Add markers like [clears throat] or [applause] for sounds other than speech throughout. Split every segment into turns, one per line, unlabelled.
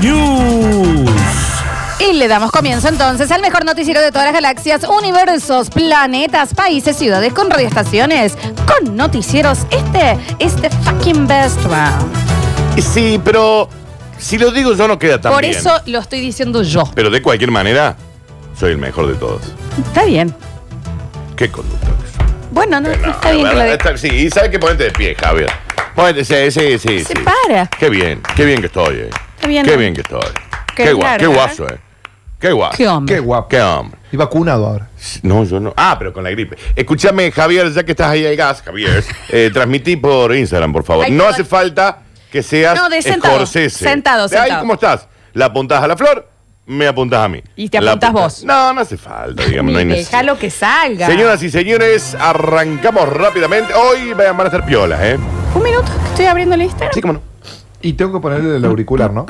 News.
Y le damos comienzo entonces al mejor noticiero de todas las galaxias, universos, planetas, países, ciudades con radioestaciones, con noticieros. Este es the fucking best one.
Sí, pero si lo digo yo no queda tan
Por
bien.
eso lo estoy diciendo yo.
Pero de cualquier manera, soy el mejor de todos.
Está bien.
Qué conducta. que soy.
Bueno, no,
No,
está bien
la
que lo
verdad,
diga.
está- Sí, y sabes que ponete de pie, Javier. Ponete, sí, sí, sí.
Se
sí.
para.
Qué bien, qué bien que estoy, eh.
Está bien,
Qué
¿no?
bien que estoy.
Qué
Qué, guapo, qué
larga,
guaso, eh. Qué guapo.
Qué hombre.
Qué guapo. Qué hombre.
Y vacunado ahora.
No, yo no. Ah, pero con la gripe. Escúchame, Javier, ya que estás ahí al gas,
[laughs]
Javier, eh, transmití por Instagram, por favor.
Ay,
no
perdón.
hace falta que seas
No, de sentado.
Scorsese.
Sentado,
De ahí,
sentado.
¿cómo estás? La apuntás a la flor, me apuntás a mí.
Y te
La
apuntás vos.
No, no hace falta, digamos, no hay
Ni
necesidad.
Déjalo que salga.
Señoras y señores, arrancamos rápidamente. Hoy van a estar piolas, ¿eh?
Un minuto, que estoy abriendo el Instagram.
Sí, cómo no.
Y tengo que ponerle el auricular, ¿no?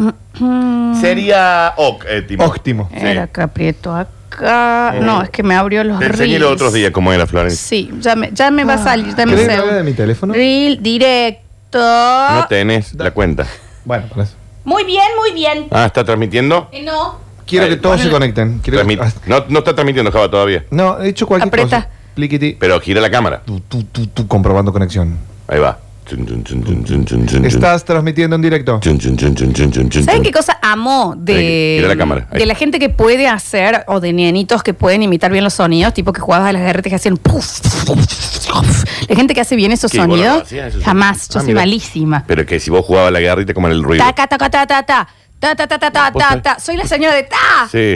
Sería óptimo.
Óptimo.
Mm. Era que aprieto acá.
Mm.
No, es que me abrió los
Te enseñé
reels.
los otros días cómo era, Florencia.
Sí, ya me, ya me va a salir. Dame un
Ah. ¿Querés que
segundo.
hable de mi teléfono?
Reel directo.
No tenés la cuenta.
Bueno, para eso.
Muy bien, muy bien.
Ah, ¿está transmitiendo?
Eh, no.
Quiero
Ahí,
que todos se conecten. Quiero que-
Transmit-
ah,
no, no está transmitiendo, Java, todavía.
No, he hecho cualquier
Apreta.
cosa. Pliquiti.
Pero gira la cámara.
Tú, tú, tú, tú, comprobando conexión.
Ahí va. Chun, chun, chun, chun, chun, chun, chun,
Estás transmitiendo en directo.
chun, chun, chun, chun, chun, chun, chun,
¿Saben
chun.
qué cosa amo de,
Ahí, mira la cámara, ahí.
de la gente que puede hacer o de nenitos que pueden imitar bien los sonidos, tipo que jugabas a las DRT que hacían puff, puff, puff. La gente que hace bien esos
¿Qué, vos no lo
sonidos,
hacías, esos
jamás, yo
Ah,
soy
mira.
malísima.
Pero que si vos jugabas la guitarrita como en el ruido.
Taca, taca, ta, ta, ta. Ta, ta, ta, ta, ta,
Vos
ta,
sabés.
ta. Soy la señora de ta.
Sí.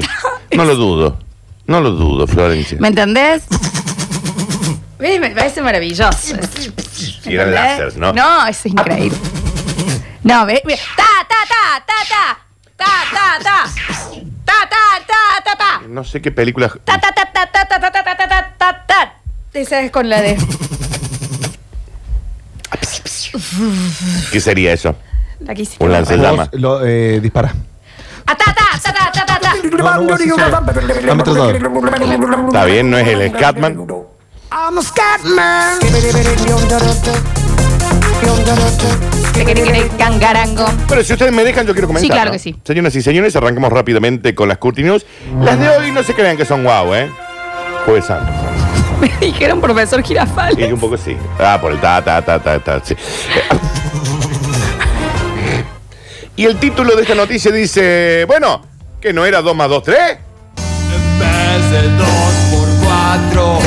No lo dudo. No lo dudo, Florencia.
[laughs] ¿Me entendés? Ve, Me parece maravilloso.
Y eran
¿Entendés?
láseres, ¿no?
No, eso es increíble. No, ve, ve. Ta, ta, ta, ta, ta. Ta, ta, ta. Ta, ta, ta, ta, ta.
No sé qué película.
Ta, ta, ta, ta, ta, ta, ta, ta, ta, ta, ta, ta. Esa es con la de.
¿Qué sería eso?
La que hiciste.
Un
Ah,
Vos,
lanzallamas.
lo, eh, dispara.
ta, ta, ta, ta, ta, ta, ta.
No, no, vos haces eso. La ametralladora.
Está bien, no es el Scatman.
Te queré, queré, cangarango. [laughs]
Pero si ustedes me dejan, yo quiero comenzar.
Sí, claro
¿no?
que sí.
Señoras y señores, arrancamos rápidamente con las Curti News. Las de hoy no se crean que son guau, ¿eh? Jueves Santo.
Me dijeron profesor
Y
Girafales.
un poco sí. Ah, por el ta, ta, ta, ta, ta. sí. Y el título de esta noticia dice, bueno, que no era 2 más 2, 3.
En vez de 2 por 4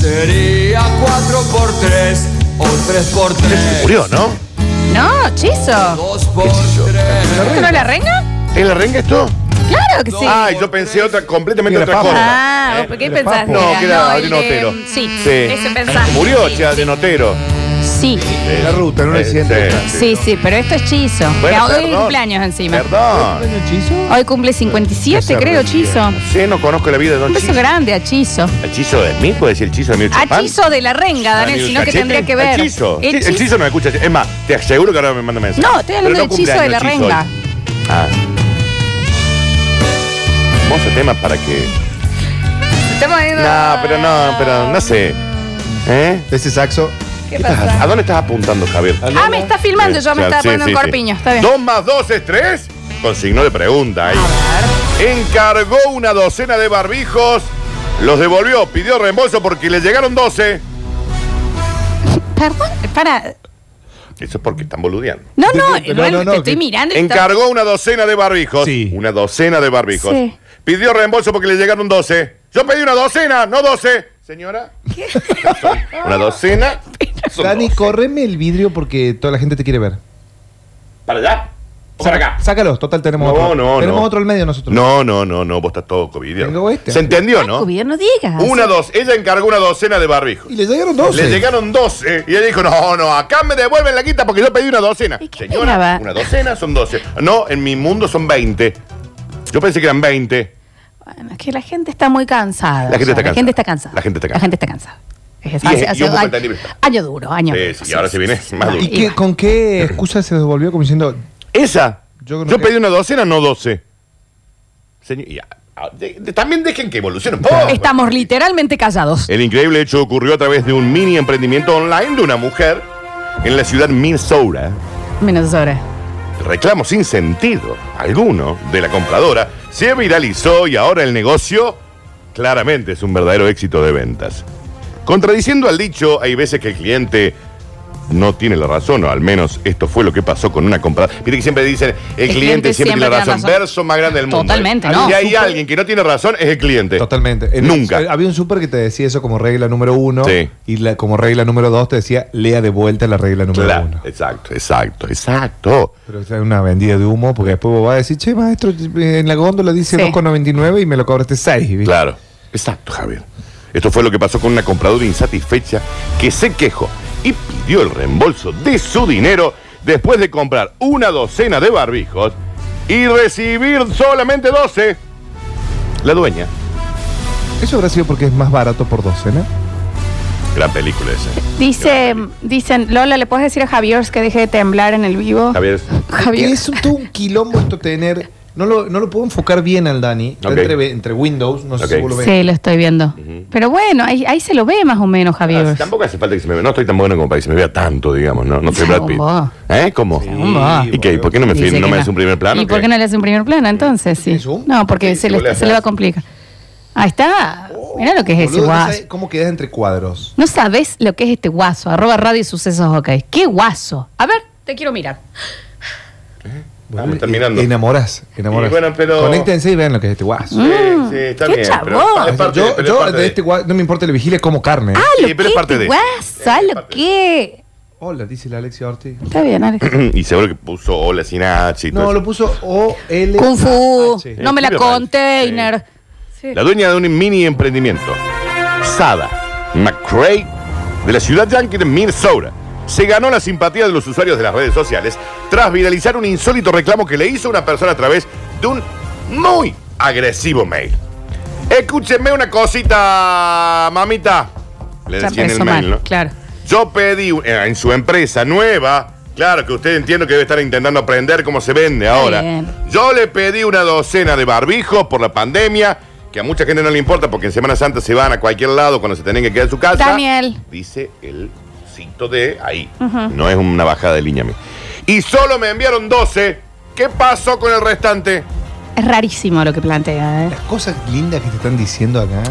sería 4 por 3 o 3 por 3.
Murió, ¿no?
No, chizo.
2 por 3.
¿Esto no es la reina?
¿Es la renga esto?
Claro que sí.
Ay, yo pensé otra, completamente
Mira,
otra
Pablo.
cosa.
Ah, ¿por ¿qué pensás?
No,
Era,
que era
el
Adrián
de-
Otero.
Sí,
Sí.
ese pensás.
Murió,
Sí,
che, de Notero.
Sí,
La ruta, en un
Eh,
accidente.
sí, sí, pero esto es Chizo.
Bueno,
Que hoy
perdón.
cumpleaños encima.
Perdón.
Hoy cumple 57, creo, Chizo.
Sí, no conozco la vida de Don
Un beso
Chizo.
grande a Chizo.
¿El Chizo de mí? ¿Puede decir el Chizo de mí?
A Chizo de la renga, Daniel, sino que tendría que ver.
El Chizo.
El
Sí, El
Chizo-
Chizo no me escucha. Es más, te aseguro que ahora me manda mensaje.
No, estoy hablando
Pero
del Chizo de la
cumpleaños, hoy.
renga.
Ah. Hermoso tema para que.
Estamos viendo-
No, pero no, pero no sé. ¿Eh?
Ese saxo.
¿Qué
¿Qué estás-
pasa?
¿A dónde estás apuntando, Javier?
Ah, me está filmando, yo me
Claro,
estaba
sí,
poniendo un
sí, sí.
corpiño. Está bien.
¿Dos más dos es tres? Con signo de pregunta ahí. Encargó una docena de barbijos, los devolvió, pidió reembolso porque le llegaron 12.
Perdón, para.
Eso es porque están boludeando.
No, no,
No, no,
Igual
no,
te estoy
que-
mirando. y está-
Encargó una docena de barbijos.
Sí.
Una docena de barbijos.
Sí.
Pidió reembolso porque le llegaron 12. Yo pedí una docena, no 12. Señora. Son
[laughs]
Una docena. son
Dani,
12.
correme el vidrio porque toda la gente te quiere ver.
¿Para allá? ¿O para acá?
Sácalos, total
No,
tenemos otro.
no,
tenemos
no.
otro al medio nosotros.
No, no, no, no, vos estás todo COVID.
Tengo este.
¿Se entendió, no?
Gobierno, digas.
Una, dos. Ella encargó una docena de barbijos.
Y le llegaron 12.
Le llegaron 12 y ella dijo, no, no, acá me devuelven la quita porque yo pedí una docena.
¿Y qué esperaba?
una docena son 12. No, en mi mundo son 20. Yo pensé que eran 20.
Bueno, es que la gente está muy cansada.
La gente
ya,
está cansada.
La gente está cansada.
La gente está
La gente está cansada. Es-
Y- y un poco
año,
entendible.
año duro, año
Sí,
duro.
sí, y ahora se viene más duro.
¿Y qué-
bueno.
con qué excusa se devolvió como diciendo,
Esa. Yo,
Yo creo que-
pedí una docena, no doce. Señor, y a- a- de- de- también dejen que evolucione un poco.
Estamos literalmente callados.
El increíble hecho ocurrió a través de un mini emprendimiento online de una mujer en la ciudad Minnesota.
Menos sobre.
El reclamo sin sentido alguno de la compradora se viralizó y ahora el negocio claramente es un verdadero éxito de ventas. Contradiciendo al dicho, hay veces que el cliente no tiene la razón, o al menos esto fue lo que pasó con una compradora. Mire que siempre dicen, el, cliente, siempre, tiene la razón. Verso más grande del mundo.
Totalmente,
Y
¿no?
Si hay
Súper.
alguien que no tiene razón, es el cliente.
Totalmente. En-
Nunca.
eh, había un súper que te decía eso como regla número uno.
Sí.
Y la- como regla número dos te decía, lea de vuelta la regla número
Claro,
uno.
Exacto, exacto, exacto.
Pero esa es una vendida de humo porque después vos vas a decir, che, maestro, en la góndola dice
Sí.
2,99 y me lo cobraste 6. ¿viste?
Claro. Exacto, Javier. Esto fue lo que pasó con una compradora insatisfecha que se quejó y pidió el reembolso de su dinero después de comprar una docena de barbijos y recibir solamente 12. La dueña.
Eso habrá sido porque es más barato por docena.
Gran película
[laughs]
esa.
Dice, dicen, Lola, ¿le puedes decir a Javier que deje de temblar en el vivo?
Javier.
Javier.
Es un, todo un quilombo esto tener. No lo, no lo puedo enfocar bien al Dani. Está
Ok.
entre, entre Windows, no
Ok.
sé si vos lo ves.
Sí, lo estoy viendo. Pero bueno, ahí, ahí se lo ve más o menos,
Ah,
Javier.
tampoco hace falta que se me vea. No estoy tan bueno como para que se me vea tanto, digamos, ¿no? No soy Brad Pitt.
Según
¿Eh? ¿Cómo?
vos.
¿Y qué? ¿Por qué no me,
Dice
fil- no
que
me hace un primer plano?
¿Y por qué no le hace un primer plano entonces? Sí.
¿Tiene zoom?
No, porque
Sí,
se,
si
le,
vos le Oh,
se le va a
haces-
complicar. Ahí está. Mira lo que es ese
Oh, Boludo, no
guaso.
sabes ¿Cómo quedas entre cuadros?
No sabes lo que es este guaso. Arroba radio sucesos, ok. ¿Qué guaso? A ver, te quiero mirar.
Ah, me están mirando.
Enamoras,
Y
enamoras.
bueno, pero-
Conéctense y vean lo que es este guaso.
Sí, sí, está
qué
bien. pero
chabón.
es parte de-
yo
pero es
yo
parte
de este guaso, no me importa, le vigile como carne.
Ah,
Sí,
lo
pero
que
es
es
parte
este
de-
guaso, ah,
es
lo
parte
que.
Hola, dice la Alexia Ortiz.
Está bien, Alex.
[clears throat] y seguro que puso hola sin H y pues- todo
No,
eso.
lo puso O-L.
Kung Fu.
Sí.
No me la
Sí.
container. Sí.
La dueña de un mini emprendimiento, Sada McCray, de la ciudad yankee de Minnesota, se ganó la simpatía de los usuarios de las redes sociales tras viralizar un insólito reclamo que le hizo una persona a través de un muy agresivo mail. Escúcheme una cosita, mamita. Le
Ya
decía en el
empezó
mail,
mal,
¿no?
claro.
Yo pedí eh, en su empresa nueva, claro que usted entiendo que debe estar intentando aprender cómo se vende ahora.
bien.
Yo le pedí una docena de barbijos por la pandemia, que a mucha gente no le importa porque en Semana Santa se van a cualquier lado cuando se tienen que quedar en su casa.
Daniel.
Dice el cito de ahí. No es una bajada de línea. a mí. Y solo me enviaron 12. ¿Qué pasó con el restante?
Es rarísimo lo que plantea, ¿eh?
Las cosas lindas que te están diciendo acá.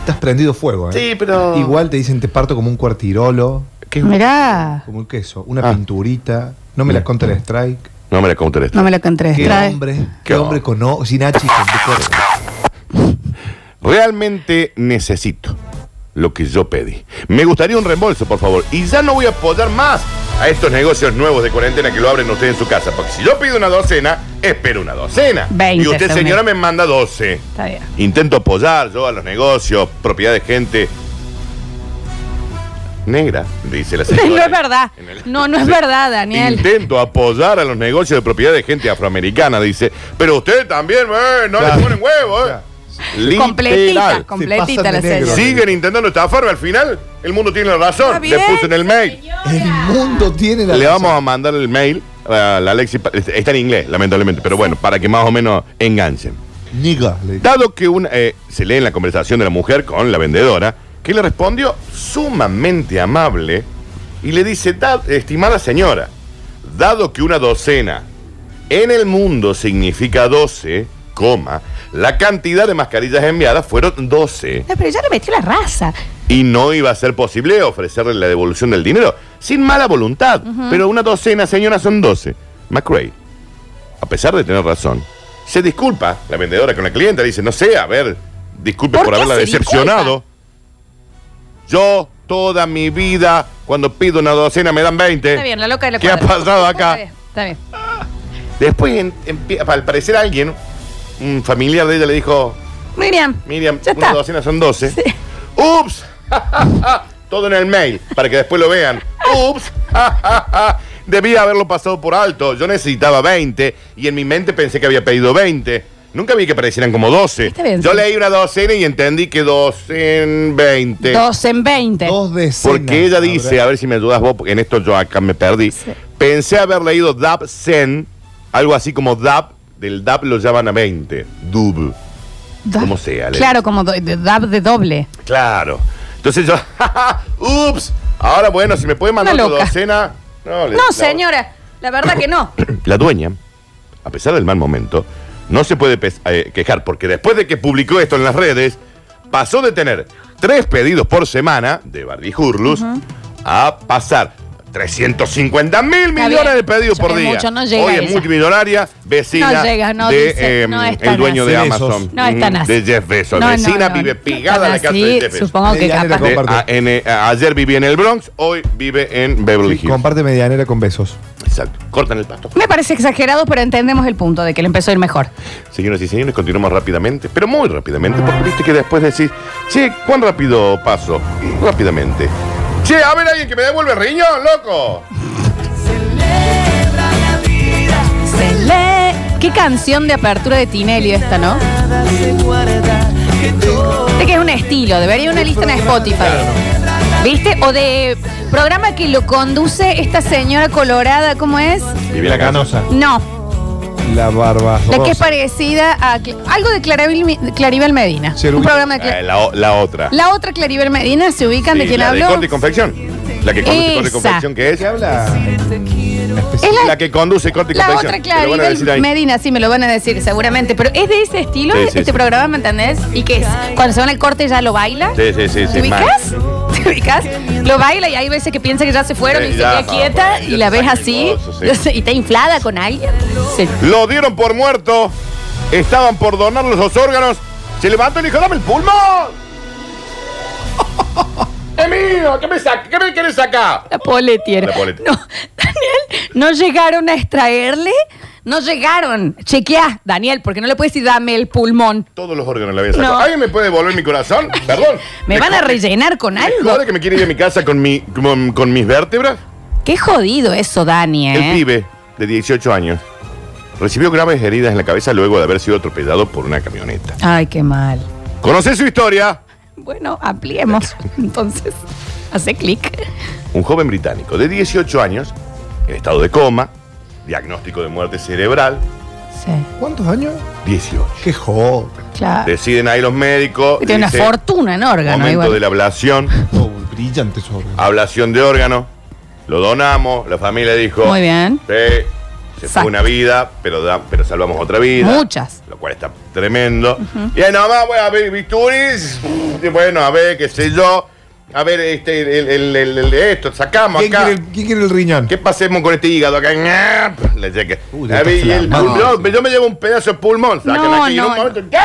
Estás prendido fuego, ¿eh?
Sí, pero-
Igual te dicen te parto como un cuartirolo,
Mirá.
como un queso, una
Ah.
pinturita, no
Mm.
me la contra el strike.
No me la conté esto.
No me la conté.
Qué
Trae.
hombre,
Qué
qué hombre con o, sin H y con tu cuerpo.
Realmente necesito lo que yo pedí. Me gustaría un reembolso, por favor. Y ya no voy a apoyar más a estos negocios nuevos de cuarentena que lo abren ustedes en su casa. Porque si yo pido una docena, espero una docena.
Veinte,
y usted,
según
señora,
él.
me manda doce.
Está bien.
Intento apoyar yo a los negocios, propiedad de gente. Negra, dice la señora.
[laughs] No es verdad.
En el-
No, no es verdad, Daniel.
Intento apoyar a los negocios de propiedad de gente afroamericana, dice. Pero usted también, eh, no le
Claro.
ponen huevo, eh. Literal.
Completita,
Se
completamente
pasan
la
de negro.
serie.
Sí.
Siguen intentando estafarme al final. El mundo tiene la
Está
razón. Le
bien,
puso en el mail.
El mundo tiene la
Le
razón.
vamos a mandar el mail a la Alexi. pa- Está en inglés, lamentablemente, pero bueno, para que más o menos enganchen.
Nigga, le dice.
Dado que una, eh, se lee en la conversación de la mujer con la vendedora, que le respondió sumamente amable y le dice, "Da- estimada señora, dado que una docena en el mundo significa 12, coma, la cantidad de mascarillas enviadas fueron 12.
No, pero ya le metió la raza.
Y no iba a ser posible ofrecerle la devolución del dinero, sin mala voluntad. Pero una docena, señora, son 12. McRae, a pesar de tener razón, se disculpa la vendedora con la clienta. Dice, no sé, a ver, disculpe
¿Por
por
qué
haberla
se
decepcionado. Yo toda mi vida, cuando pido una docena, me dan 20.
Está bien, la loca de la
¿Qué ha
cuadra.
pasado acá?
Está bien, Está bien.
Después, en- empie- al parecer, alguien, un familiar de ella, le dijo,
Miriam.
Miriam,
ya
una
está.
docena son 12. ¡Ups! [laughs] Todo en el mail, para que después lo vean. ¡Ups! [laughs] Debía haberlo pasado por alto. Yo necesitaba 20 y en mi mente pensé que había pedido 20. Nunca vi que parecieran como 12.
Está bien,
Yo
sí.
leí una docena y entendí que 12 en 20.
Dos en 20.
Dos decenas.
Porque ella dice, a ver si me ayudas vos, porque en esto yo acá me perdí.
Sí.
Pensé haber leído Dab Zen, algo así como Dab, del Dab lo llaman a 20, Dub.
Da-
como sea, le-
Claro, como do- de, da- de doble.
Claro. Entonces yo, [laughs] ups, ahora bueno, si me puede mandar
Una
tu
loca.
docena. No, le-
No,
la-
señora. La verdad que
[coughs]
no.
[clears throat] La dueña, a pesar del mal momento, no se puede pes- eh, quejar porque después de que publicó esto en las redes, pasó de tener tres pedidos por semana de Barbie Hurlus a pasar 350 mil
Está
millones
bien.
de pedidos
Ya
por
es
día.
mucho, no llega
Hoy es
ella.
multimillonaria, vecina
No llega, no
de, em,
dice, no es tan
el dueño
así.
de
Besos.
Amazon,
No es tan
mm,
así.
de Jeff Bezos.
No, no,
vecina
no,
vive
no.
pegada a la casa
Sí,
de Jeff Bezos.
Supongo que
Medianera
capaz.
De-
Comparte.
a- en, eh, a- ayer vivía en el Bronx, hoy vive en Beverly Hills.
Comparte medianera con besos.
Exacto. Cortan el pasto.
Me parece exagerado, pero entendemos el punto de que le empezó a ir mejor.
Señoras y señores, continuamos rápidamente, pero muy rápidamente, porque viste que después decís, che, ¿cuán rápido paso? Y Rápidamente. Che, a ver alguien que me devuelve el riñón, loco.
Se lee. Qué canción de apertura de Tinelli esta, ¿no? De que es un estilo, debería ir una lista en Spotify. ¿Viste? O de programa que lo conduce esta señora colorada, ¿cómo es?
Viviana Canosa.
No,
La barba.
la que es
rosa.
parecida a Cla- algo de Claribel, Claribel Medina.
Cerullo.
Un programa de Cla-
Eh, la, o- la otra.
La otra Claribel Medina, ¿se ubican de
Sí,
quién
la
habló?
De corte y confección. La que conduce corte y
Esa.
confección, que es.
¿Qué habla?
Es
La que conduce corte y
La
confección.
otra,
Te lo van a decir
Claribel
ahí.
Medina, sí, me lo van a decir seguramente, pero es de ese estilo
Sí, sí,
este
sí.
programa, ¿me entendés? Y que es, cuando se van al corte ya lo baila.
Sí, sí, sí,
¿Te
sí. mal.
ubicas? [laughs] ¿Te ubicas? Lo baila y hay veces que piensa que ya se fueron
Sí,
y se
ya,
queda
pa,
quieta
pa,
y
ya
la
te
ves
saca el
así
gozo, sí.
[laughs] y está inflada con alguien. Sí.
Lo dieron por muerto. Estaban por donar los dos órganos. Se levantó y le dijo, dame el pulmón. [laughs] ¡Es mío! ¿Qué me, saca? ¿Qué me quieres sacar?
La poletier.
La Poletti.
No, Daniel, no llegaron a extraerle. No llegaron. Chequea, Daniel, porque no le puedes decir dame el pulmón.
Todos los órganos la habían sacado.
No.
¿Alguien me puede devolver mi corazón?
[laughs]
Perdón.
Me van a
jode-
rellenar con
me
algo.
jode que me quiere ir a mi casa con, mi, con, con mis vértebras?
Qué jodido eso, ¿eh? Daniel.
El pibe, de 18 años, recibió graves heridas en la cabeza luego de haber sido atropellado por una camioneta.
Ay, qué mal.
¿Conoces su historia?
Bueno,
[laughs]
ampliemos. Entonces, hace clic.
Un joven británico de 18 años, en estado de coma, diagnóstico de muerte cerebral,
Sí,
¿Cuántos años?
18.
Qué joven.
claro.
Deciden ahí los médicos.
Tiene una
dice,
fortuna en órgano.
Momento
igual.
de la ablación,
Oh, brillante sobre.
Ah, ablación de órgano. Lo donamos, la familia dijo.
Muy bien.
Sí, se
Exacto.
fue una vida, pero, da- pero salvamos otra vida.
Muchas.
Lo cual está tremendo. Y ahí nomás, bueno, a ver, Victuris. y Bueno, a ver, qué sé yo. A ver, este, el, el- el- el- esto, sacamos
¿Quién
acá.
quiere, el, quién quiere el riñón?
¿Qué pasemos con este hígado acá? Ñap, Le llega.
Uy,
A
está
ver, y el
inflamado.
pulmón, yo me llevo un pedazo de pulmón. Sacan
No,
aquí y en un
no,
momento, ¿qué?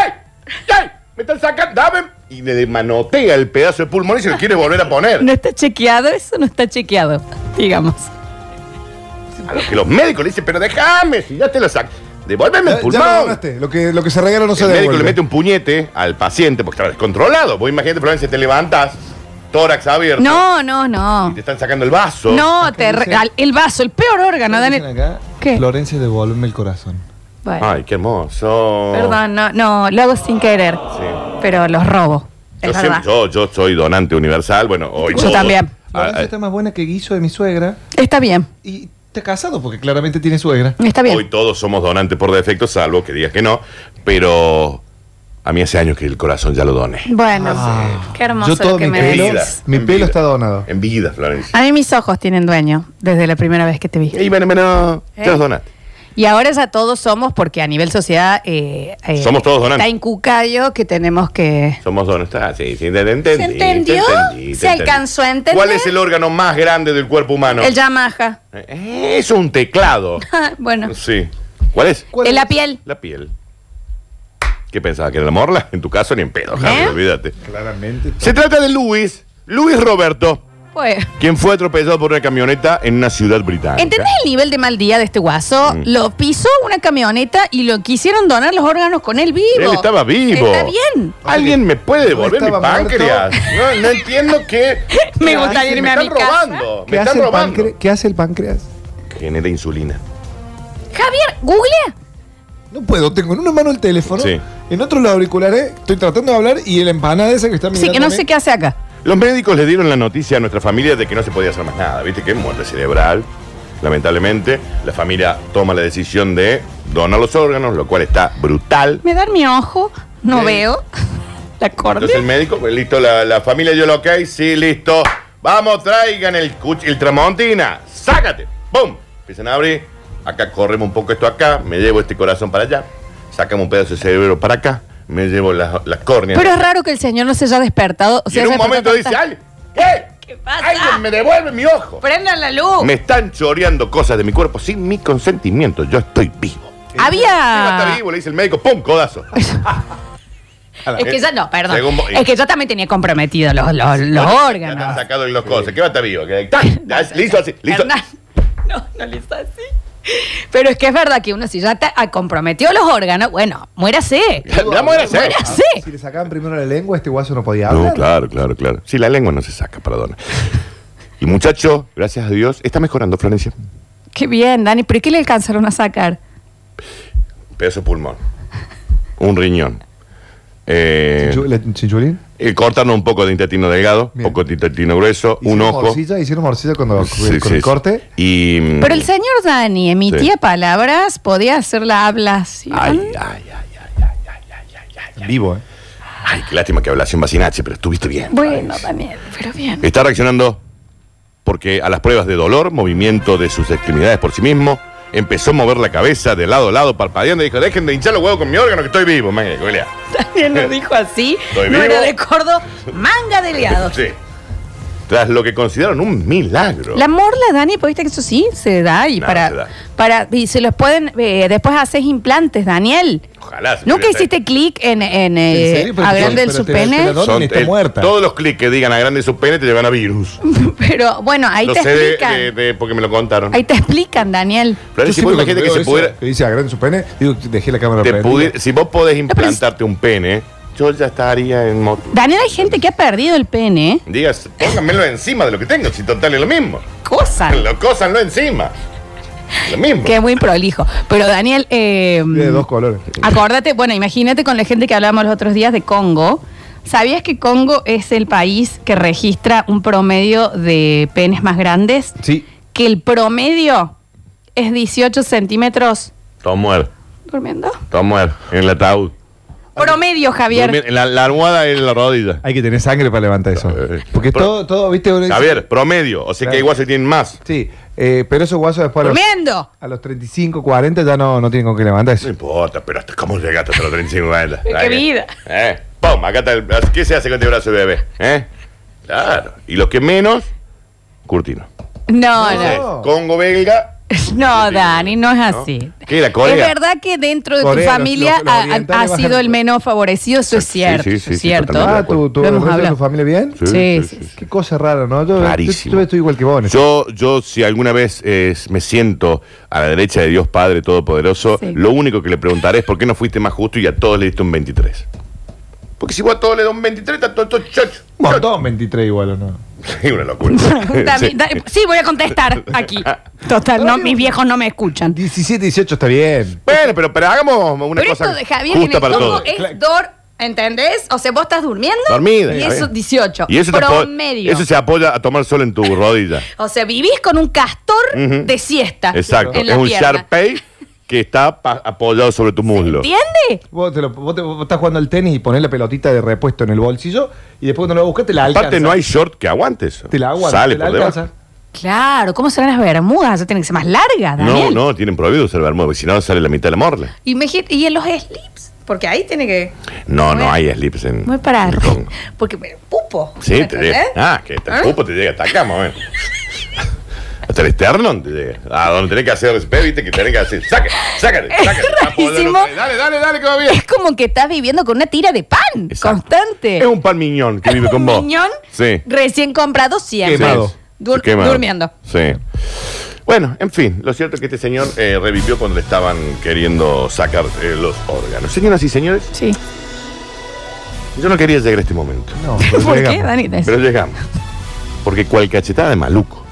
¿Qué? Me están sacando, dame. Y le manotea el pedazo de pulmón y se lo quiere volver a poner.
No está chequeado, eso no está chequeado, digamos.
A lo que los médicos le dicen, pero déjame, si ya te lo saco. Devuélveme
Ya-
el
ya
pulmón.
lo ganaste. Lo que, lo que se regala no se
el médico
devuelve.
le mete un puñete al paciente porque estaba descontrolado. Vos imagínate, probablemente te levantas, tórax abierto,
No, no, no.
te están sacando el vaso.
No, te
dice-
re- al- el vaso, el peor órgano,
Dicen
Daniel.
acá,
¿Qué?
Florencia, devuélveme el corazón.
Bueno,
Ay, qué hermoso.
perdón, no, no, lo hago sin querer.
Sí.
Pero los robo.
Yo,
Es
siempre-
verdad.
yo, yo soy donante universal, bueno, hoy
Yo
todos.
también.
Ah,
Florencia
ah,
está más buena que guiso de mi suegra.
Está bien,
Y está casado porque claramente tiene suegra.
está bien.
hoy todos somos donantes por defecto, salvo que digas que no, pero a mí hace años que el corazón ya lo doné.
Bueno, qué hermoso
Ah. Yo todo
lo que
mi
me
pelo,
decís.
mi
en
pelo
vida.
está donado.
En vida, Florencia.
A mí mis ojos tienen dueño desde la primera vez que te vi.
Y bueno, bueno,
¿Eh?
ya los donaste.
Y ahora ya todos somos, porque a nivel sociedad. eh, eh,
Somos todos donantes.
Está incucayo que tenemos que.
Somos donantes. Ah, sí, sí, te entendí,
¿Se entendió?
te entendí, te
¿Se
entendí.
alcanzó a entender?
¿Cuál es el órgano más grande del cuerpo humano?
El Yamaha.
Eh, Es un teclado.
bueno,
Sí. ¿Cuál es?
¿Cuál
en la
es?
piel.
La piel. ¿Qué pensabas? ¿Que era la morla? En tu caso, ni en pedo, Javi,
¿Eh?
olvídate.
Claramente.
Se trata de Luis, Luis Roberto,
Pues.
quien fue atropellado por una camioneta en una ciudad británica.
¿Entendés el nivel de mal día de este guaso?
Mm.
Lo pisó una camioneta y lo quisieron donar los órganos con él vivo.
Él estaba vivo.
Está bien.
¿Alguien me puede devolver mi
Estaba muerto.
páncreas? No, no entiendo qué.
[laughs] Me gustaría
Ay,
irme
me
a mi
están robando.
¿Qué
Me están
hace, el
robando.
páncre- ¿Qué hace el páncreas?
Genera insulina.
Javier, google.
No puedo, tengo en una mano el teléfono,
Sí.
en otro los auriculares, estoy tratando de hablar y el empanada ese que está mirando.
Sí, que no sé qué hace acá.
Los médicos le dieron la noticia a nuestra familia de que no se podía hacer más nada, ¿viste? Que es muerte cerebral. Lamentablemente, la familia toma la decisión de donar los órganos, lo cual está brutal.
Me dan mi ojo, no
Sí.
veo. [laughs] La corte.
Entonces el médico, pues, listo, la, la familia dio el ok, sí, listo. Vamos, traigan el, cuch- el tramontina, sácate. ¡Pum! Empiezan a abrir. Acá corremos un poco esto acá, me llevo este corazón para allá, sacamos un pedazo de cerebro para acá, me llevo las, las córneas.
Pero es raro que el señor no se haya despertado. o
y
sea,
en
se
un momento
despertó
dice, "Ah,
tan-
¡ay! ¿Qué?
¿Qué pasa?
¡Alguien me devuelve mi ojo!
¡Prendan la luz!
Me están choreando cosas de mi cuerpo sin mi consentimiento. Yo estoy vivo. Iba a estar
Había.
vivo, le dice el médico, ¡pum! Codazo.
[laughs] Es que ya
eh,
no, perdón.
Según vos-
Es que yo también tenía comprometido los, los, los
Ya te han
órganos.
sacado los cosas. ¿Qué va a estar vivo? Que- ¡Tac! Le hizo así, le hizo-
Hernán, [laughs] No, no le hizo así. Pero es que es verdad que uno si ya te- ah, comprometió los órganos, bueno, muérase.
La muera se-
Muérase.
Ah, Si le sacaban primero la lengua, este guaso no podía hablar.
No, claro, claro, claro. Sí, la lengua no se saca, perdona. Y muchacho, gracias a Dios, está mejorando, Florencia.
Qué bien, Dani, pero ¿y qué le alcanzaron a sacar?
Pedazo de pulmón. Un riñón. Eh,
Chinchu- le- ¿Chinchulín?
eh, cortando un poco de intestino delgado, un
Bien.
poco de intestino grueso, un
Hicieron
ojo.
Morcilla, hicieron morcilla cuando,
Sí,
con el
sí, sí.
corte.
Y. mm,
Pero el señor Dani emitía
Sí.
palabras, podía hacer la hablación.
Ay, ay, ay, ay, ay, ay, ay, ay, ay,
En
ay.
vivo, ¿eh?
Ay, qué lástima que hablas sin vacinache, pero estuviste bien.
bueno, Daniel, pero bien.
Está reaccionando porque a las pruebas de dolor, movimiento de sus extremidades por sí mismo, empezó a mover la cabeza de lado a lado, parpadeando y dijo, dejen de hinchar los huevos con mi órgano que estoy vivo, man. Julia".
[laughs] Daniel lo dijo así,
Estoy
no era
vivo.
de Córdoba, manga de liado.
Sí. Tras lo que consideraron un milagro.
La morla, Dani, pues viste que eso sí se da y
No,
para,
se da.
para y se los pueden eh, después haces implantes, Daniel.
Ojalá. se
Nunca
pudiera
hiciste clic en, en, eh,
¿En serio? Pero
agranden
te-
su
pero te-
pene,
te la
hacer.
doy. Donnelly está
el-
muerta.
Todos los clics que digan agrande su pene te llevan a virus.
[laughs] pero bueno, ahí
lo
te
sé de-
explican.
de- de- porque me lo contaron.
Ahí te explican, Daniel.
Pero
Yo
si
siempre
vos
cuando
imagínate que
veo
se
eso,
pudiera,
Que dice, agarren su pene. Digo, dejé la cámara
te
prendida.
pudi- si vos podés
pero es-
implantarte un pene, yo ya estaría en moto.
Daniel, hay gente que ha perdido el pene, ¿eh?
Digas, pónganmelo encima de lo que tengo, si total es lo mismo. [laughs]
cosa
Lo cosanlo encima. Lo mismo.
que es muy prolijo. Pero Daniel, eh,
Tiene dos colores.
Acordate, bueno, imagínate con la gente que hablábamos los otros días de Congo. ¿Sabías que Congo es el país que registra un promedio de penes más grandes?
Sí.
Que el promedio es 18 centímetros.
Todo muerto,
¿Durmiendo?
todo muerto. En el ataúd.
Promedio, Javier.
Durmi- La, la almohada en la rodilla.
Hay que tener sangre para levantar eso.
Eh,
Porque
pero-
todo, todo, viste, uno dice-
Javier, promedio. O sea que
Claro.
igual se tienen más.
Sí, eh, pero esos guasos después a los,
¡Durmiendo!
a los 35, 40 ya no, no tienen con qué levantar
No
eso.
importa, pero hasta cómo llegaste hasta los 35 años.
[laughs] Qué
Ay,
vida.
¿Eh? Pum, acá está el brazo. ¿Qué se hace con este brazo de bebé? ¿Eh? Claro. Y los que menos, Curtino.
No,
Eh,
no.
Congo belga.
[laughs] No, Dani, no es así.
¿Qué era,
Es
Corea?
verdad que dentro de tu
Corea, los-
familia
los- los
ha- ha,
orientales
sido
bajan-
el menos favorecido, eso es
Sí,
cierto.
sí, sí,
eso es
sí,
cierto.
totalmente.
Ah, ¿tú, tú
Lo hemos
el resto de
hablado.
tu familia bien?
Sí,
Sí,
sí,
sí,
sí.
Qué cosa rara, ¿no? Yo,
Rarísimo.
Yo, yo estoy igual que vos. en eso.
Yo, yo, si alguna vez eh, me siento a la derecha de Dios Padre Todopoderoso,
Sí.
lo único que le preguntaré es por qué no fuiste más justo y a todos le diste un 23. Porque si vos a todos le das un 23, está todo, todo chocho.
Un montón, 23 igual, ¿o no?
[laughs] Es una
[laughs]
locura.
Dami-
[laughs] Sí.
da- sí. voy a contestar aquí. Total, no, mis viejos no me escuchan.
17, 18 está bien.
Bueno, pero, pero hagamos una
Pero
cosa
esto de Javier en
justa
el
para
Congo
todos.
es dor, ¿entendés? O sea, vos estás durmiendo.
Dormida,
Y
está
eso
bien.
18.
Y eso, te apo-
promedio.
eso se apoya a tomar sol en tu
[laughs]
rodilla.
O sea, vivís con un castor
Ujú.
de siesta.
Exacto.
en
Es
la
un
pierna.
Sharpay que está pa- apoyado sobre tu muslo.
¿Entiende?
Vos, te lo- vos te- vos estás jugando al tenis y ponés la pelotita de repuesto en el bolsillo y después cuando lo buscas te la alcanza.
Aparte, no hay short que aguante eso.
Te la aguantas,
Sale
te la
por debajo.
alcanza.
Claro, ¿cómo serán las bermudas? Ya tienen que ser más largas,
No,
Daniel.
no, tienen prohibido usar bermuda, porque si no sale la mitad de la morla.
Y, me gi- y en los slips, porque ahí tiene que.
No, no
Bueno.
hay slips en.
Voy para
en Congo.
Porque, pero, pupo.
Sí, te llega.
¿Eh?
Ah, que te
¿Ah?
cupo te llega hasta acá, más o menos. Hasta el esternón te llega. Ah, donde tenés que hacer spé, viste, que tenés que hacer. Sácate, sácate,
Es
sácate.
rarísimo.
Dale, dale, dale, que va bien.
Es como que estás viviendo con una tira de pan
Exacto.
constante.
Es un pan miñón que
[laughs]
vive con vos.
Piñón
Sí.
recién comprado siempre.
Quemado.
Dur-
Se quema.
Durmiendo.
Sí. Bueno, en fin, lo cierto es que este señor eh, revivió cuando le estaban queriendo sacar eh, los órganos. Señoras y señores,
Sí.
yo no quería llegar a este momento,
No,
[laughs] [laughs]
pero
¿Por qué,
llegamos.
Dani?
pero llegamos. Porque cual cachetada de maluco.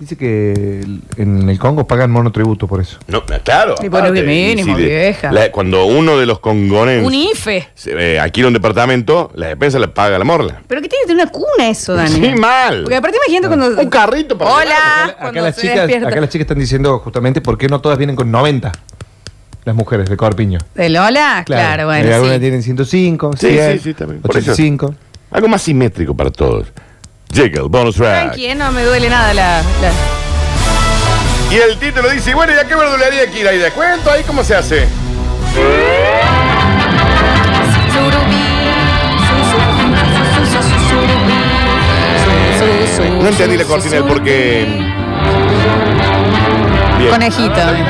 Dice que el- en el Congo pagan monotributo por eso.
No, ah, claro.
Y bueno,
aparte,
que mínimo,
de-
vieja.
la- cuando uno de los congonenses
Un IFE.
se- eh, adquiere un departamento, la despensa la paga la morla.
Pero que tiene que tener una cuna eso, Dani.
Sí, mal.
Porque aparte imagínate cuando.
Un carrito para
Hola.
Acá,
Ah, cuando
las
se
chicas,
despierta.
acá las chicas están diciendo justamente por qué no todas vienen con 90. Las mujeres de Corpiño.
¿De Lola? Claro, bueno.
Eh,
sí.
Algunas tienen 105,
Sí,
100,
sí, sí, también. Por eso.
85.
Algo más simétrico para todos. Llega el bonus track.
Tranqui, eh, no me duele nada la. la-
Y el título dice, y bueno, ¿y a qué verdulería hay que ir? ¿Hay descuento? ¿Ahí cómo se hace? No entendí la cortina del porqué. Bien.
Conejito.
Ahí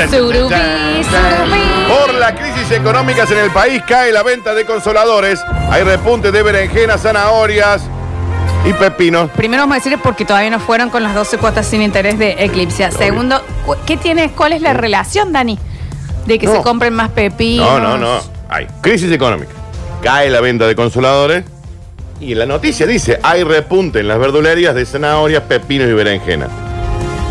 está, ahí está. Por las crisis económicas en el país cae la venta de consoladores. Hay repunte de berenjenas, zanahorias y pepinos.
Primero vamos a decir porque todavía no fueron con las 12 cuotas sin interés de Eclipse. Segundo, cu- ¿qué tienes? ¿Cuál es la relación, Dani? De que
No.
se compren más pepinos.
No, no, no. Hay crisis económica. Cae la venta de consoladores. Y la noticia dice, hay repunte en las verdulerías de zanahorias, pepinos y berenjenas.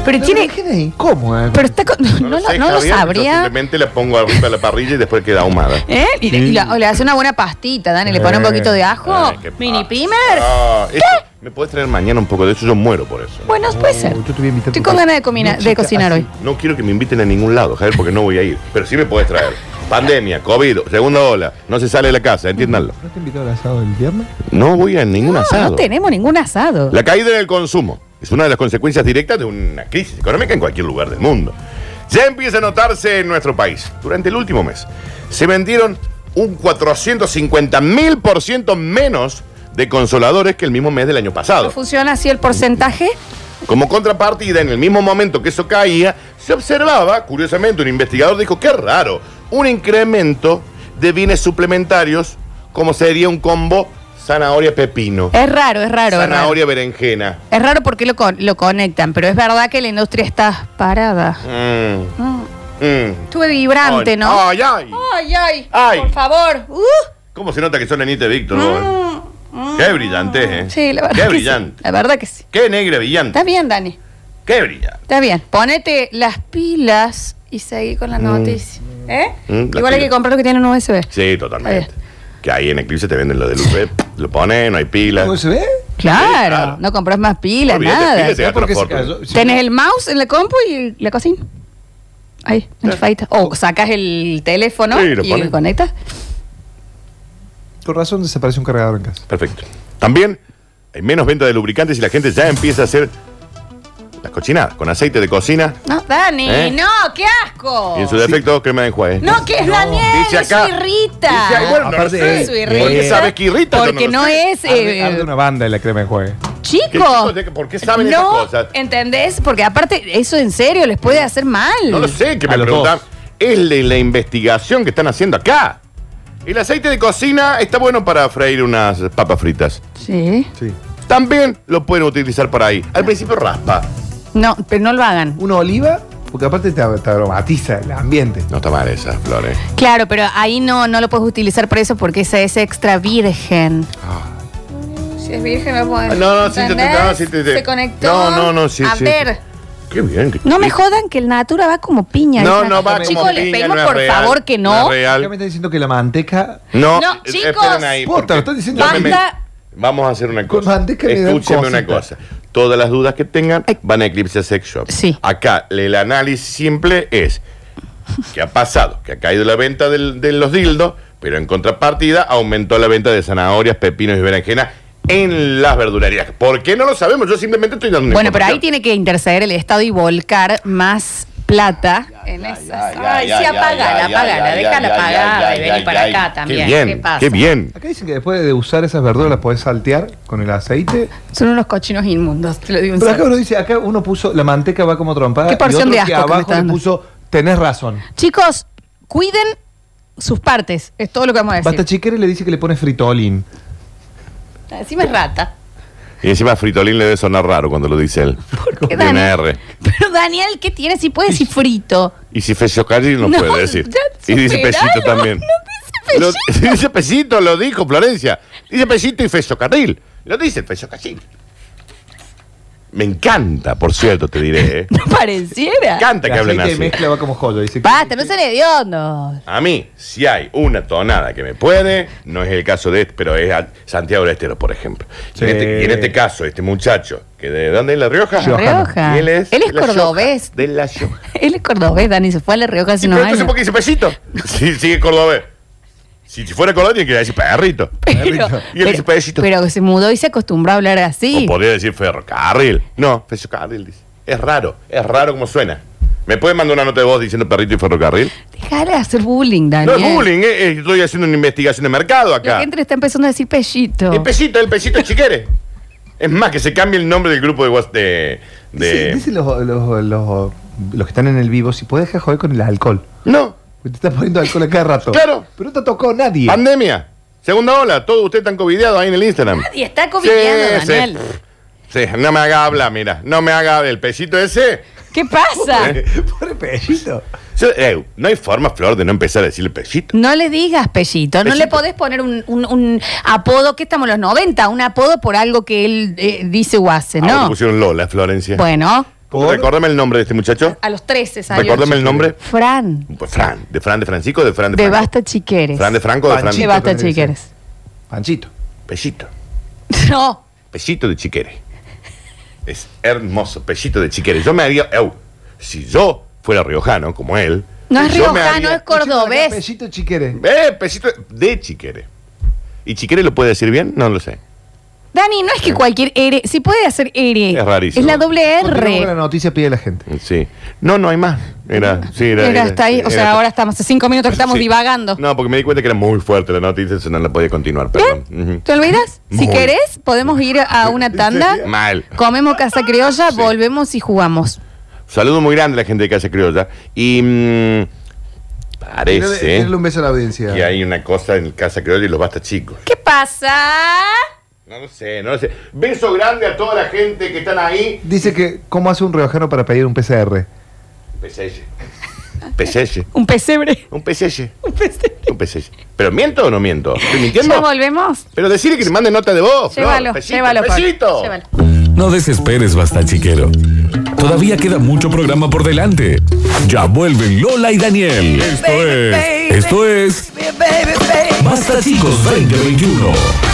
Pero Eh, tiene.
¿Quién ¿Cómo? eh?
Pero está con- No, lo-
lo sé,
no lo
Javier, yo
sabría.
Simplemente la pongo arriba de la parrilla y después
[laughs]
queda ahumada.
¿Eh? Y, le- y la- o le hace una buena pastita, Dani. Le pone un
Eh.
poquito de ajo.
Ay, qué
mini
pa-
primer.
Ah, esto- ¿Me puedes traer mañana un poco de eso? Yo muero por eso.
Bueno, puede ser.
Oh, yo te voy a invitar
Estoy
porque-
con ganas de, comina-
No,
de
chica,
cocinar
así.
hoy.
No quiero que me inviten a ningún lado, Javier, porque no voy a ir. Pero sí me puedes traer. Pandemia, COVID, segunda ola. No se sale de la casa, entiéndanlo.
¿No te invitó al asado del viernes?
No voy a ningún
No,
asado.
no tenemos ningún asado.
La caída en el consumo es una de las consecuencias directas de una crisis económica en cualquier lugar del mundo. Ya empieza a notarse en nuestro país. Durante el último mes se vendieron un 450 mil por ciento menos de consoladores que el mismo mes del año
¿No
pasado.
funciona así el porcentaje?
Como contrapartida, en el mismo momento que eso caía, se observaba, curiosamente, un investigador dijo, qué raro, un incremento de bienes suplementarios como sería un combo zanahoria-pepino,
Es raro, es raro. Es raro,
zanahoria-berenjena.
es raro porque lo, con- lo conectan, pero es verdad que la industria está parada.
Mm.
Mm.
Mm.
Estuve vibrante,
Ay,
¿no?
Ay, ay.
Ay, ay,
Ay.
Por favor. Uh,
¿Cómo se nota que son Anita y Víctor? vos, eh? Qué brillante, ¿eh?
Mm. sí, la verdad.
Qué
que sí.
brillante.
La verdad que sí.
Qué negra brillante.
Está bien, Dani.
Qué brillante.
Está bien. Ponete las pilas y seguí con la noticia. ¿Eh?
Mm, las
Igual hay que
pilas.
comprar lo que tiene un USB.
Sí, totalmente. Que ahí en Eclipse te venden lo del UV.
[laughs]
Lo ponen, no hay pila.
¿Cómo se ve?
Claro,
claro.
no compras más pilas,
Olvídate,
nada.
pilas, Se gasta
¿Por qué
una
se
fortuna.
cayó? Sí.
Tenés el mouse en la compu y el- la cocina. Ahí, en la fajita. O sacas el teléfono
Sí, lo
y
pones.
lo conectas.
Con razón desaparece un cargador en casa.
Perfecto. También hay menos venta de lubricantes y la gente ya empieza a hacer las cochinadas con aceite de cocina
No, Dani,
¿Eh?
no, qué asco.
y en su defecto crema de enjuague.
Oh, No, que es Daniel,
Dice acá.
eso irrita.
Dice, ay, bueno,
Aparte,
no lo sé.
Eso irrita.
¿Por qué sabes que irrita? Yo
Porque
lo
no,
sé.
es.
Arde,
eh,
arde una banda en la crema de juegue.
¿Qué
Chico.
chicos de- ¿Por qué saben esas
No,
cosas?
¿entendés? Porque aparte, eso en serio les puede hacer mal.
No lo sé, que
A
me
los
preguntan.
dos.
Es la, la investigación que están haciendo acá. El aceite de cocina está bueno para freír unas papas fritas.
Sí.
Sí.
También lo pueden utilizar para ahí. Al principio raspa.
No, pero no lo hagan.
Una oliva, porque aparte te, te aromatiza el ambiente.
No está mal esas flores.
Claro, pero ahí no, no lo puedes utilizar para eso porque esa es extra virgen. Si es virgen, no puedes.
Ah. No, no, sí, te- ¿entendés? no, sí, te- te- Se conectó. No, no, no, sí, A
A
sí. ver.
ver.
Qué bien. que-
No me jodan que el natura va como piña.
No,
Es
no
una-
va como
Chicos, les
piña,
pedimos
no es
por
real,
favor que
No,
no.
es real.
Acá me está diciendo que la manteca.
No,
No,
eh,
chicos.
esperen ahí.
Puta,
porque
lo están diciendo
yo me-
Basta.
Vamos a hacer una
Con
cosa.
manteca me dan
Escúcheme una cosa.
cositas.
Todas las dudas que tengan
Ay.
van a Eclipse Sex Shop.
Sí.
Acá el análisis simple es que ha pasado, que ha caído la venta del- de los dildos, pero en contrapartida aumentó la venta de zanahorias, pepinos y berenjenas en las verdulerías. ¿Por qué no lo sabemos? Yo simplemente estoy dando una
Bueno, pero ahí tiene
información.
que interceder el Estado y volcar más plata en esas. Ay, sí, apagala, apagala, déjala apagada y vení para acá también.
Qué bien,
¿Qué pasa?
qué bien.
Acá dicen que después de usar esas verduras las podés saltear con el aceite.
Son unos cochinos inmundos, te lo digo en
Pero acá
serio.
uno dice, acá uno puso la manteca va como trompada.
¿Qué porción
y otro
de asco
que
que me
abajo
está
le
dando?
puso, tenés razón.
Chicos, cuiden sus partes. Es todo lo que vamos a decir.
Basta chiquera y le dice que le pone fritolín.
Encima es rata.
Y encima Fritolín le debe sonar raro cuando lo dice él.
qué,
Tiene una
Dani?
R.
Pero Daniel, ¿qué tiene? Si puede decir frito.
Y si Fesiocari
[laughs]
no,
No,
puede decir.
ya
Y dice
superalo,
Pesito también.
no dice
[laughs] Lo- dice Pesito, lo dijo Florencia. Dice Pesito y Fesocarril. Lo dice Fesocarril. Me encanta, por cierto, te diré. ¿eh?
[laughs] No pareciera.
Me encanta que
El
hablen
aceite de
así.
mezcla va como joyo. Dice,
Basta, no sean hediondos.
A mí, si hay una tonada que me puede, no es el caso de este, pero es a- Santiago del Estero, por ejemplo.
Sí.
Y, en este, y en este caso, este muchacho, que ¿de dónde es La Rioja?
La Rioja.
Y él es,
Él es
de La Rioja,
cordobés.
De La Rioja.
Él es cordobés, Dani, se fue a La Rioja hace
Y pero
unos
entonces,
años.
¿por qué dice pesito?
[laughs]
Sí, sigue cordobés. Si si fuera cordobés, tiene que decir perrito.
[laughs] Pero,
Y él dice pedacito.
pero se mudó y se acostumbró a hablar así.
O podría decir ferrocarril. No, ferrocarril dice. Es raro, es raro como suena. ¿Me puede mandar una nota de voz diciendo perrito y ferrocarril?
Déjale de hacer bullying, Daniel.
No es bullying, eh, eh, estoy haciendo una investigación de mercado
La
acá.
gente le está empezando a decir pellito.
El pesito, el pesito chiquere. Es más, que se cambie el nombre del grupo de WhatsApp de. de-
Dice, dice los, los- los- los que están en el vivo, si puedes dejar de joder con el alcohol.
No,
Porque te estás poniendo alcohol a cada rato.
Claro.
Pero no te ha tocado nadie.
pandemia. Segunda ola, todos ustedes están covideados ahí en el Instagram.
Y está comiendo,
Sí,
Daniel.
Sí, sí, no me haga hablar, mira. No me haga hablar. El pesito ese.
¿Qué pasa?
[laughs] Pobre pellito.
Yo, eh, no hay forma, Flor, de no empezar a decirle pesito.
No le digas pellito, no le
Pellito.
podés poner un, un- un apodo, que estamos en los 90, un apodo por algo que él eh, dice o hace,
Ahora
¿no?
Ah, pusieron Lola, Florencia.
Bueno,
Por-
Recuérdame el nombre de este muchacho.
a los 13 salió.
Recuérdame el nombre.
Fran,
Pues Fran, de Fran de Francisco, o de Fran de
de
Franco.
Basta Chiqueres.
Fran de Franco, o de Fran
De
Panchito.
de
Basta Chiqueres.
Panchito.
Pesito.
No,
Pesito de chiquere. Es hermoso, pesito de chiquere. Yo me haría. eu, si yo fuera riojano, como él.
no es
yo me
riojano,
haría-
es cordobés.
Pellito chiquere.
Eh, pesito de chiquere. ¿Y chiquere lo puede decir bien? No lo sé.
Dani, no es que cualquier R, si puede hacer R.
Es rarísimo.
Es la doble
Continuamos con La
R.
noticia pide la gente.
Sí. No, no hay más. Era, sí,
[laughs]
era.
Mira, está ahí,
era-
o sea,
[laughs]
ahora estamos hace cinco minutos que estamos
Sí.
divagando.
No, porque me di cuenta que era muy fuerte la noticia, entonces no la podía continuar, perdón. Ujú.
¿Te olvidas? Si
Muy.
querés, podemos ir a una tanda.
Mal.
Comemos casa criolla, volvemos y jugamos.
Saludo muy grande a la gente de Casa Criolla. Y. mm, parece.
Dale un beso a la audiencia.
que hay una cosa en Casa Criolla y los basta chicos.
¿Qué pasa?
No lo sé, no lo sé. Beso grande a toda la gente que están ahí.
Dice que, ¿cómo hace un riojano para pedir un PCR?
Peselle. Peselle.
Un pesebre. [laughs]
Un peselle. Un peselle. ¿Pero miento o no miento? ¿Estoy mintiendo?
¿Ya volvemos?
Pero decirle que te mande nota de voz. Flor.
Llévalo,
Pesito,
llévalo, Flor.
pesito.
Llévalo.
No desesperes, basta chiquero. Todavía queda mucho programa por delante. Ya vuelven Lola y Daniel. Esto es. Esto es. Basta chicos 2021.